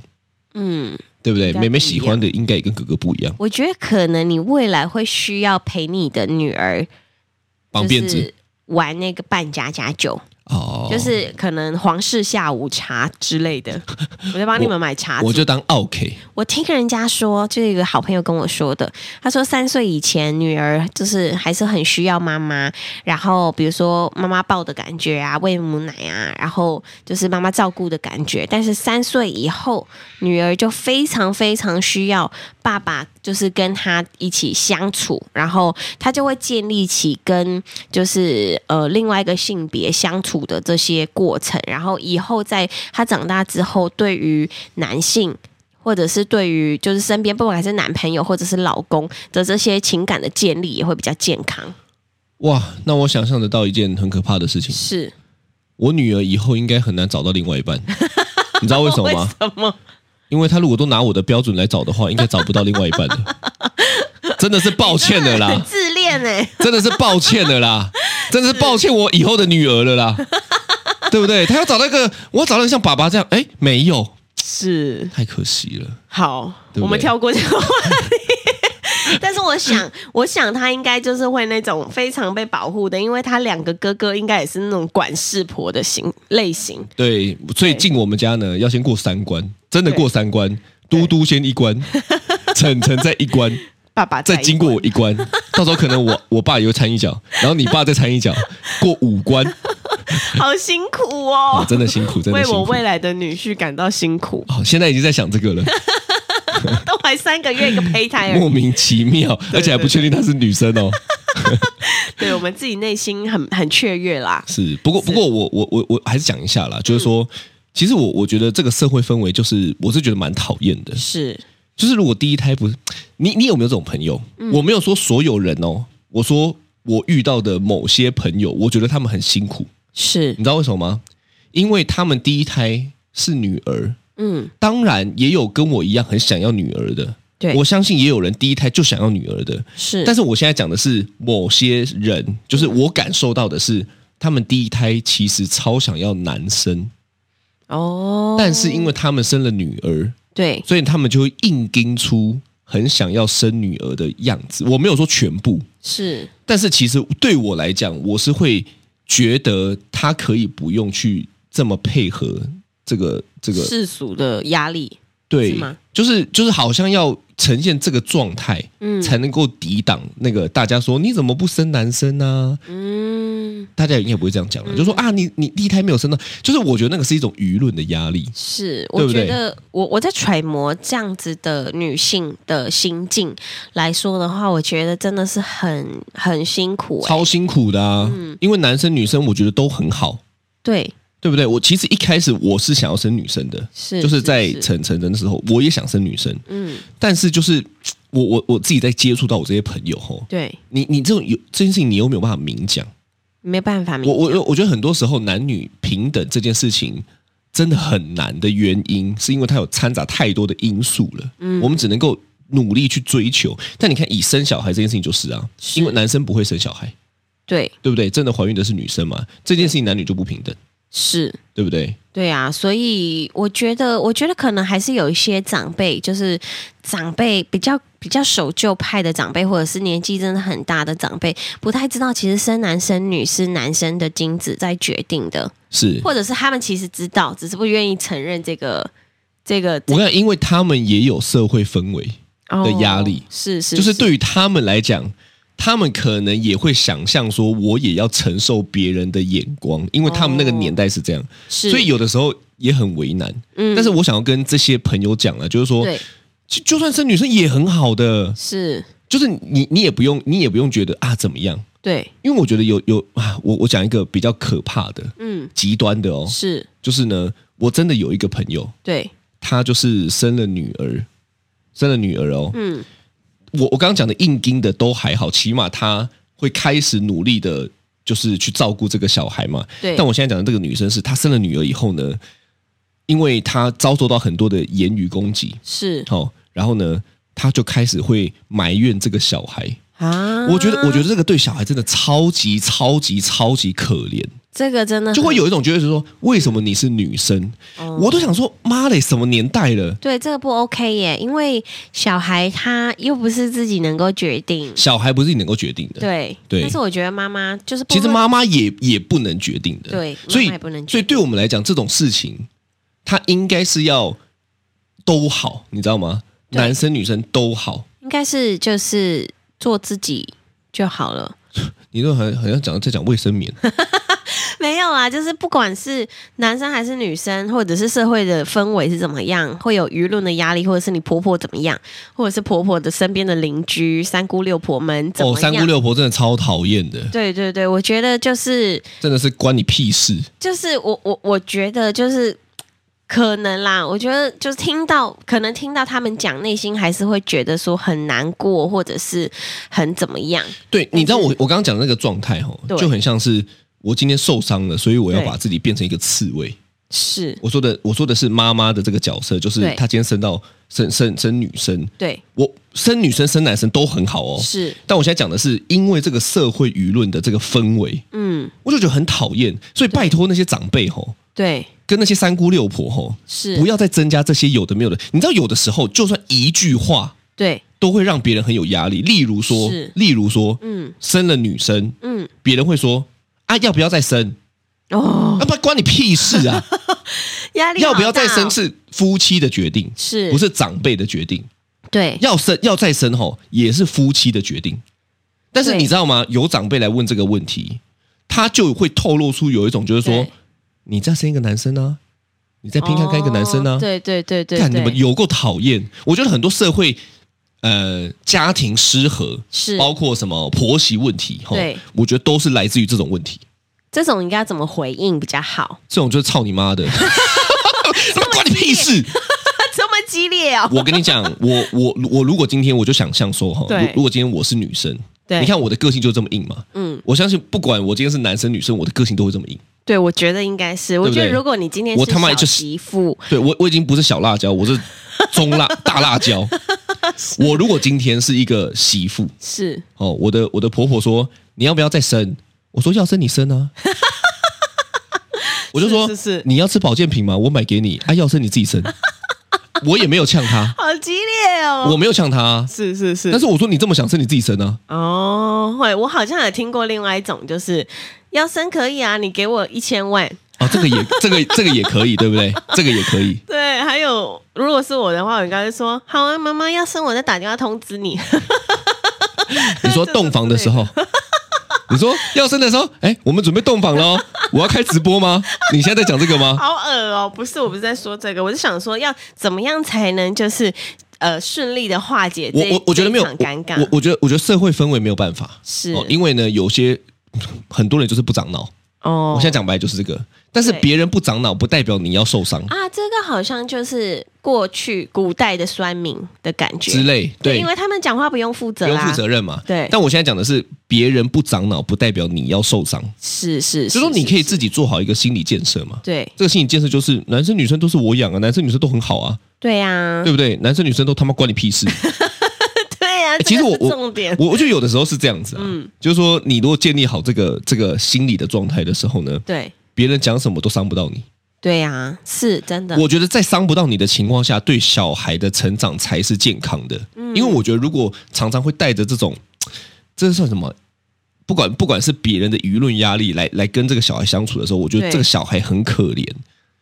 Speaker 2: 嗯，
Speaker 3: 对不对？
Speaker 2: 应该
Speaker 3: 妹妹
Speaker 2: 不一
Speaker 3: 喜欢的应该也跟哥哥不一样，
Speaker 2: 我觉得可能你未来会需要陪你的女儿
Speaker 3: 绑
Speaker 2: 就
Speaker 3: 辫子
Speaker 2: 是玩那个扮家家酒，
Speaker 3: 哦，
Speaker 2: 就是可能皇室下午茶之类的，我在帮你们买茶
Speaker 3: 我
Speaker 2: 组
Speaker 3: 就当 OK，
Speaker 2: 我听人家说，就有一个好朋友跟我说的，他说三岁以前女儿就是还是很需要妈妈，然后比如说妈妈抱的感觉啊，喂母奶啊，然后就是妈妈照顾的感觉。但是三岁以后，女儿就非常非常需要爸爸，就是跟她一起相处，然后她就会建立起跟就是呃另外一个性别相处的这些过程，然后以后在她长大之后，对于男性或者是对于就是身边不管是男朋友或者是老公的这些情感的建立也会比较健康。
Speaker 3: 哇，那我想象得到一件很可怕的事情，
Speaker 2: 是，
Speaker 3: 我女儿以后应该很难找到另外一半，你知道为 什么吗？
Speaker 2: 什么？
Speaker 3: 因为他如果都拿我的标准来找的话，应该找不到另外一 半的。真的是抱歉了
Speaker 2: 很
Speaker 3: 啦，
Speaker 2: 自恋哎、
Speaker 3: 真的是抱歉了啦，真的是抱歉我以后的女儿了啦，对不对？他要找那个，我要找到像爸爸这样，哎，没有，
Speaker 2: 是，
Speaker 3: 太可惜了。
Speaker 2: 好，
Speaker 3: 对不对
Speaker 2: 我们跳过这个话题。 但是我想，我想他应该就是会那种非常被保护的，因为他两个哥哥应该也是那种管事婆的型类型。
Speaker 3: 对，所以进我们家呢，要先过三关，真的过三关，
Speaker 2: 对
Speaker 3: 嘟嘟先一关，晨晨再 一关，
Speaker 2: 爸爸在
Speaker 3: 再
Speaker 2: 一
Speaker 3: 经过
Speaker 2: 关
Speaker 3: 我一关，到时候可能我我爸也会掺一脚，然后你爸再掺一脚，过五关，
Speaker 2: 好辛苦
Speaker 3: 啊
Speaker 2: 哦，
Speaker 3: 真的辛苦，真的
Speaker 2: 为
Speaker 3: 辛
Speaker 2: 我
Speaker 3: 苦。，
Speaker 2: 未来的女婿感到辛苦
Speaker 3: 好，现在已经在想这个了。
Speaker 2: 都还三个月一个胚胎而已
Speaker 3: 莫名其妙，而且还不确定她是女生哦。
Speaker 2: 对我们自己内心很很雀跃啦。
Speaker 3: 是，不过不过我我我我还是讲一下啦，就是说，
Speaker 2: 嗯
Speaker 3: 其实我我觉得这个社会氛围就是我是觉得蛮讨厌的。
Speaker 2: 是，
Speaker 3: 就是如果第一胎不是你，你有没有这种朋友？
Speaker 2: 嗯
Speaker 3: 我没有说所有人哦，我说我遇到的某些朋友，我觉得他们很辛苦，
Speaker 2: 是
Speaker 3: 你，知道为什么吗？因为他们第一胎是女儿，
Speaker 2: 嗯，
Speaker 3: 当然也有跟我一样很想要女儿的。
Speaker 2: 对
Speaker 3: 我相信也有人第一胎就想要女儿的，
Speaker 2: 是，
Speaker 3: 但
Speaker 2: 是
Speaker 3: 是我现在讲的是某些人，就是我感受到的是，他们第一胎其实超想要男生，
Speaker 2: 哦，
Speaker 3: 但是因为他们生了女儿，
Speaker 2: 对，
Speaker 3: 所以他们就会硬盯出很想要生女儿的样子。我没有说全部，
Speaker 2: 是，
Speaker 3: 但是其实对我来讲，我是会觉得他可以不用去这么配合这个这个，
Speaker 2: 世俗的压力，
Speaker 3: 对，
Speaker 2: 是吗
Speaker 3: 就是就是好像要呈现这个状态，
Speaker 2: 嗯
Speaker 3: 才能够抵挡那个大家说你怎么不生男生啊？
Speaker 2: 嗯，
Speaker 3: 大家应该不会这样讲了，就说啊，你你第一胎没有生到，就是我觉得那个是一种舆论的压力。
Speaker 2: 是，
Speaker 3: 对
Speaker 2: 我
Speaker 3: 不
Speaker 2: 觉
Speaker 3: 对
Speaker 2: 得我我在揣摩这样子的女性的心境来说的话，我觉得真的是很很辛苦、欸，
Speaker 3: 超辛苦的啊，
Speaker 2: 嗯
Speaker 3: 因为男生女生我觉得都很好，
Speaker 2: 对，
Speaker 3: 对不对？我其实一开始我是想要生女生的，
Speaker 2: 是，
Speaker 3: 就是在晨晨的时候，我也想生女生，
Speaker 2: 嗯，
Speaker 3: 但是就是我我我自己在接触到我这些朋友吼，
Speaker 2: 对，
Speaker 3: 你你这种有这件事情你又没有办法明讲，
Speaker 2: 没办法明
Speaker 3: 我我我觉得很多时候男女平等这件事情真的很难的原因，是因为它有掺杂太多的因素了。
Speaker 2: 嗯
Speaker 3: 我们只能够努力去追求。但你看，以生小孩这件事情就是啊，
Speaker 2: 是
Speaker 3: 因为男生不会生小孩，
Speaker 2: 对，
Speaker 3: 对不对？真的怀孕的是女生嘛，这件事情男女就不平等。
Speaker 2: 是，
Speaker 3: 对不对？
Speaker 2: 对啊，所以我觉得，我觉得可能还是有一些长辈，就是长辈比较比较守旧派的长辈，或者是年纪真的很大的长辈，不太知道其实生男生女是男生的精子在决定的，
Speaker 3: 是
Speaker 2: 或者是他们其实知道，只是不愿意承认这个这个
Speaker 3: 我看，因为他们也有社会氛围，的压力
Speaker 2: 哦是是，
Speaker 3: 就是对于他们来讲，他们可能也会想象说，我也要承受别人的眼光，因为他们那个年代是这样，
Speaker 2: 哦是，
Speaker 3: 所以有的时候也很为难。
Speaker 2: 嗯
Speaker 3: 但是我想要跟这些朋友讲啊，就是说，
Speaker 2: 对
Speaker 3: 就就算生女生也很好的，
Speaker 2: 是，
Speaker 3: 就是你你也不用你也不用觉得啊怎么样，
Speaker 2: 对，
Speaker 3: 因为我觉得有有啊，我我讲一个比较可怕的
Speaker 2: 嗯，
Speaker 3: 极端的哦，
Speaker 2: 是
Speaker 3: 就是呢，我真的有一个朋友，
Speaker 2: 对，
Speaker 3: 他就是生了女儿，生了女儿哦，
Speaker 2: 嗯，
Speaker 3: 我我刚刚讲的硬盯的都还好，起码她会开始努力的，就是去照顾这个小孩嘛。
Speaker 2: 对，
Speaker 3: 但我现在讲的这个女生是她生了女儿以后呢，因为她遭受到很多的言语攻击，
Speaker 2: 是
Speaker 3: 好、哦然后呢，她就开始会埋怨这个小孩。
Speaker 2: 啊，
Speaker 3: 我觉得，我觉得这个对小孩真的超级超级超级可怜，
Speaker 2: 这个真的
Speaker 3: 就
Speaker 2: 很
Speaker 3: 会有一种觉得是说，为什么你是女生？
Speaker 2: 哦
Speaker 3: 我都想说，妈嘞，什么年代了？
Speaker 2: 对，这个不 OK 耶，因为小孩他又不是自己能够决定。
Speaker 3: 小孩不是你能够决定的。
Speaker 2: 对，
Speaker 3: 对
Speaker 2: 但是我觉得妈妈就是不
Speaker 3: 其实
Speaker 2: 会
Speaker 3: 妈妈也也不能决定的，
Speaker 2: 对
Speaker 3: 所以
Speaker 2: 妈妈也不能决定
Speaker 3: 所以对我们来讲，这种事情，它应该是要都好，你知道吗？
Speaker 2: 对
Speaker 3: 男生女生都好，
Speaker 2: 应该是就是做自己就好了。
Speaker 3: 你都很好像讲在讲卫生棉，
Speaker 2: 没有啊，就是不管是男生还是女生，或者是社会的氛围是怎么样，会有舆论的压力，或者是你婆婆怎么样，或者是婆婆的身边的邻居三姑六婆们 怎么
Speaker 3: 哦，
Speaker 2: 样。
Speaker 3: 三姑六婆真的超讨厌的，
Speaker 2: 对对对，我觉得就是
Speaker 3: 真的是关你屁事。
Speaker 2: 就是我我我觉得就是可能啦，我觉得就是听到可能听到他们讲，内心还是会觉得说很难过，或者是很怎么样。
Speaker 3: 对，你知道我我刚刚讲的那个状态哦，
Speaker 2: 对
Speaker 3: 就很像是我今天受伤了，所以我要
Speaker 2: 对
Speaker 3: 把自己变成一个刺猬。
Speaker 2: 是
Speaker 3: 我说的我说的是妈妈的这个角色，就是
Speaker 2: 对
Speaker 3: 她今天生到生生生女生，
Speaker 2: 对，
Speaker 3: 我生女生生男生都很好哦，
Speaker 2: 是
Speaker 3: 但我现在讲的是，因为这个社会舆论的这个氛围，
Speaker 2: 嗯，
Speaker 3: 我就觉得很讨厌。所以拜托那些长辈吼，
Speaker 2: 对，
Speaker 3: 跟那些三姑六婆吼，
Speaker 2: 是
Speaker 3: 不要再增加这些有的没有的。你知道，有的时候就算一句话，
Speaker 2: 对，
Speaker 3: 都会让别人很有压力。例如说
Speaker 2: 是，
Speaker 3: 例如说，
Speaker 2: 嗯
Speaker 3: 生了女生，
Speaker 2: 嗯，
Speaker 3: 别人会说啊，要不要再生？
Speaker 2: 哦，
Speaker 3: 要不然关你屁 事啊！
Speaker 2: 压力、
Speaker 3: 要不要再生
Speaker 2: 是
Speaker 3: 是夫妻的决定，
Speaker 2: 哦是
Speaker 3: 不是长辈的决定。
Speaker 2: 对
Speaker 3: 要生要再生吼，也是夫妻的决定。但是
Speaker 2: 对
Speaker 3: 你知道吗？有长辈来问这个问题，他就会透露出有一种就是说
Speaker 2: 对，
Speaker 3: 你再生一个男生啊，你再拼看看一个男生啊
Speaker 2: 哦，对对对对
Speaker 3: 看你们
Speaker 2: 对，
Speaker 3: 有够讨厌。我觉得很多社会呃家庭失和，
Speaker 2: 是
Speaker 3: 包括什么婆媳问题，吼
Speaker 2: 对，
Speaker 3: 我觉得都是来自于这种问题。
Speaker 2: 这种应该怎么回应比较好？
Speaker 3: 这种就是操你妈的，他妈关你屁事！
Speaker 2: 这么激烈哦，
Speaker 3: 我跟你讲，我我我如果今天我就想象说哈，
Speaker 2: 对
Speaker 3: 如如果今天我是女生，
Speaker 2: 对
Speaker 3: 你看我的个性就这么硬嘛，
Speaker 2: 嗯，
Speaker 3: 我相信不管我今天是男生女生，我的个性都会这么硬。
Speaker 2: 对，我觉得应该是，
Speaker 3: 不
Speaker 2: 我
Speaker 3: 对
Speaker 2: 觉得如果你今天
Speaker 3: 我
Speaker 2: 是
Speaker 3: 他妈
Speaker 2: 小
Speaker 3: 就是
Speaker 2: 媳妇，
Speaker 3: 对我我已经不是小辣椒，我是中辣大 辣椒。我如果今天是一个媳妇
Speaker 2: 是
Speaker 3: 哦，我的我的婆婆说你要不要再生？我说要生你 生啊。我就说
Speaker 2: 是是是
Speaker 3: 你要吃保健品吗？我买给你啊，要生你自己生。我也没有呛她，
Speaker 2: 好激烈哦，
Speaker 3: 我没有呛她啊，
Speaker 2: 是是是
Speaker 3: 但是我说你这么想生你自己生啊。
Speaker 2: 哦，会，我好像有听过另外一种，就是要生可以啊，你给我一千万。
Speaker 3: 啊，这个也这个这个也可以，对不对？这个也可以。
Speaker 2: 对，还有如果是我的话，我应该会说好啊，妈妈要生我再打电话通知你。
Speaker 3: 你说洞房的时候，你说要生的时候，哎，我们准备洞房喽，我要开直播吗？你现在在讲这个吗？
Speaker 2: 好恶哦，不是，我不是在说这个，我是想说要怎么样才能就是呃顺利的化解
Speaker 3: 我
Speaker 2: 这
Speaker 3: 我我觉得没有，
Speaker 2: 这一场尴
Speaker 3: 我
Speaker 2: 尬
Speaker 3: 我觉得我觉得社会氛围没有办法，
Speaker 2: 是
Speaker 3: 哦因为呢，有些很多人就是不长脑。
Speaker 2: 哦。
Speaker 3: 我现在讲白了就是这个，但是
Speaker 2: 对
Speaker 3: 别人不长脑不代表你要受伤
Speaker 2: 啊，这个好像就是过去古代的酸民的感觉
Speaker 3: 之类，对
Speaker 2: 因，为他们讲话不用负责
Speaker 3: 不
Speaker 2: 啊，
Speaker 3: 用负责任嘛。
Speaker 2: 对
Speaker 3: 但我现在讲的是别人不长脑不代表你要受伤，
Speaker 2: 是是，
Speaker 3: 所以说你可
Speaker 2: 以
Speaker 3: 以自己做好一个心理建设嘛。
Speaker 2: 对
Speaker 3: 这个心理建设就是男生女生都是我养啊，男生女生都很好啊，
Speaker 2: 对啊，
Speaker 3: 对不对？男生女生都他妈关 你屁事。
Speaker 2: 对呀、啊，
Speaker 3: 欸其实我
Speaker 2: 这个是重点
Speaker 3: 我我觉得有
Speaker 2: 嗯
Speaker 3: 的时候是这样子啊，就是说你如果建立好这个这个心理的状态的时候呢，
Speaker 2: 对
Speaker 3: 别人讲什么都伤不到你。
Speaker 2: 对呀、是真的。
Speaker 3: 我觉得在伤不到你的情况下，对小孩的成长才是健康的。
Speaker 2: 嗯
Speaker 3: 因为我觉得如果常常会带着这种，这算什么？不管不管是别人的舆论压力来来跟这个小孩相处的时候，我觉得
Speaker 2: 对
Speaker 3: 这个小孩很可怜，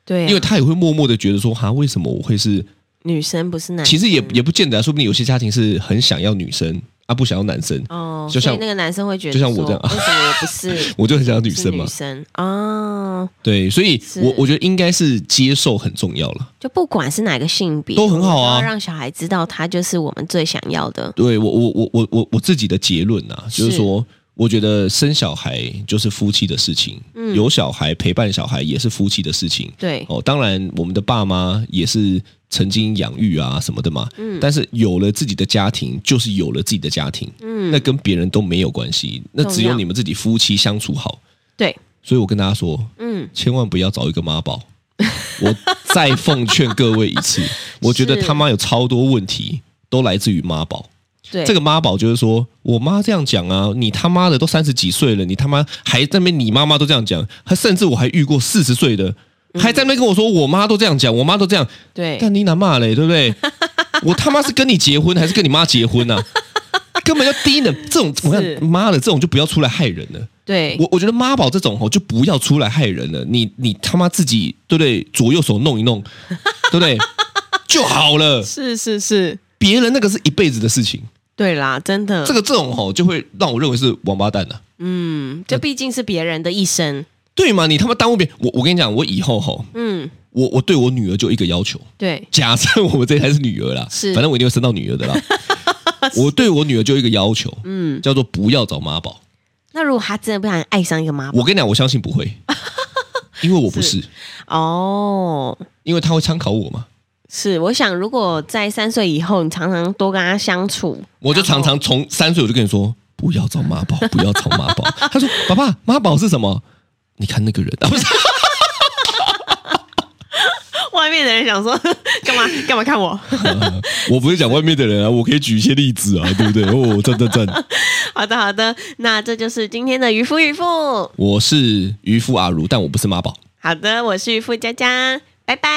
Speaker 2: 对啊、
Speaker 3: 因为他也会默默的觉得说，哈，为什么我会是？
Speaker 2: 女生不是男生，
Speaker 3: 其实也也不见得啊、说不定有些家庭是很想要女生啊，不想要男生。
Speaker 2: 哦，
Speaker 3: 就像
Speaker 2: 所以那个男生会觉得
Speaker 3: 就
Speaker 2: 说，
Speaker 3: 像我这样
Speaker 2: 为什么我不是
Speaker 3: 我就很想要女
Speaker 2: 是
Speaker 3: 生嘛
Speaker 2: 女，生哦，
Speaker 3: 对，所以
Speaker 2: 是
Speaker 3: 我我觉得应该是接受很重要了。
Speaker 2: 就不管是哪个性别
Speaker 3: 都很好
Speaker 2: 我
Speaker 3: 啊
Speaker 2: 们都要让小孩知道他就是我们最想要的。
Speaker 3: 对我我我我我我自己的结论啊，
Speaker 2: 是
Speaker 3: 就是说，我觉得生小孩就是夫妻的事情，
Speaker 2: 嗯
Speaker 3: 有小孩陪伴小孩也是夫妻的事情。
Speaker 2: 对，
Speaker 3: 哦，当然我们的爸妈也是曾经养育啊什么的嘛，但是有了自己的家庭，就是有了自己的家庭，
Speaker 2: 嗯
Speaker 3: 那跟别人都没有关系，那只
Speaker 2: 重
Speaker 3: 有
Speaker 2: 要
Speaker 3: 你们自己夫妻相处好。
Speaker 2: 对，
Speaker 3: 所以我跟大家说，
Speaker 2: 嗯，
Speaker 3: 千万不要找一个妈宝。我再奉劝各位一 次，我觉得
Speaker 2: 是
Speaker 3: 他妈有超多问题都来自于妈宝。
Speaker 2: 对，
Speaker 3: 这个妈宝就是说，我妈这样讲啊，你他妈的都三十几岁了，你他妈还在那边，你妈妈都这样讲，还甚至我还遇过四十岁的，还在那边跟我说，我妈都这样讲，我妈都这样，
Speaker 2: 嗯对，
Speaker 3: 干你哪骂嘞，对不对？我他妈是跟你结婚还是跟你妈结 婚啊？根本就低能，这种我
Speaker 2: 是
Speaker 3: 看妈的，这种就不要出来害人了。
Speaker 2: 对，
Speaker 3: 我我觉得妈宝这种哦，就不要出来害人了。你你他妈自己对不对？左右手弄一弄，对不对？就好了。
Speaker 2: 是是是，
Speaker 3: 别人那个是一辈子的事情。
Speaker 2: 对啦，真的，
Speaker 3: 这个这种吼、就会让我认为是王八蛋的、
Speaker 2: 嗯，这毕竟是别人的一生，
Speaker 3: 对嘛？你他妈耽误别人，我我跟你讲，我以后吼、
Speaker 2: 嗯，
Speaker 3: 我我对我女儿就一个要求，
Speaker 2: 对，
Speaker 3: 假设我们这一胎是女儿啦，
Speaker 2: 是
Speaker 3: 反正我一定会生到女 儿的啦。我对我女儿就一个要求，
Speaker 2: 嗯，
Speaker 3: 叫做不要找妈宝。
Speaker 2: 那如果他真的不想爱上一个妈宝，
Speaker 3: 我跟你讲，我相信不 会，因为我不是，
Speaker 2: 哦，
Speaker 3: 因为她会参考我嘛。
Speaker 2: 是，我想如果在三岁以后，你常常多跟他相处，
Speaker 3: 我就常常从三岁我就跟你说，不要找妈宝，不要找妈宝。她说：“爸爸，妈宝是什么？你看那个人 啊，不是。”
Speaker 2: 外面的人想说 干嘛干嘛看我，
Speaker 3: 我不是讲外面的人啊，我可以举一些例子啊，对不对？哦，赞赞赞！
Speaker 2: 好的，好的，那这就是今天的渔夫渔妇。
Speaker 3: 我是渔夫阿如，但我不是妈宝。
Speaker 2: 好的，我是渔夫佳佳，拜拜。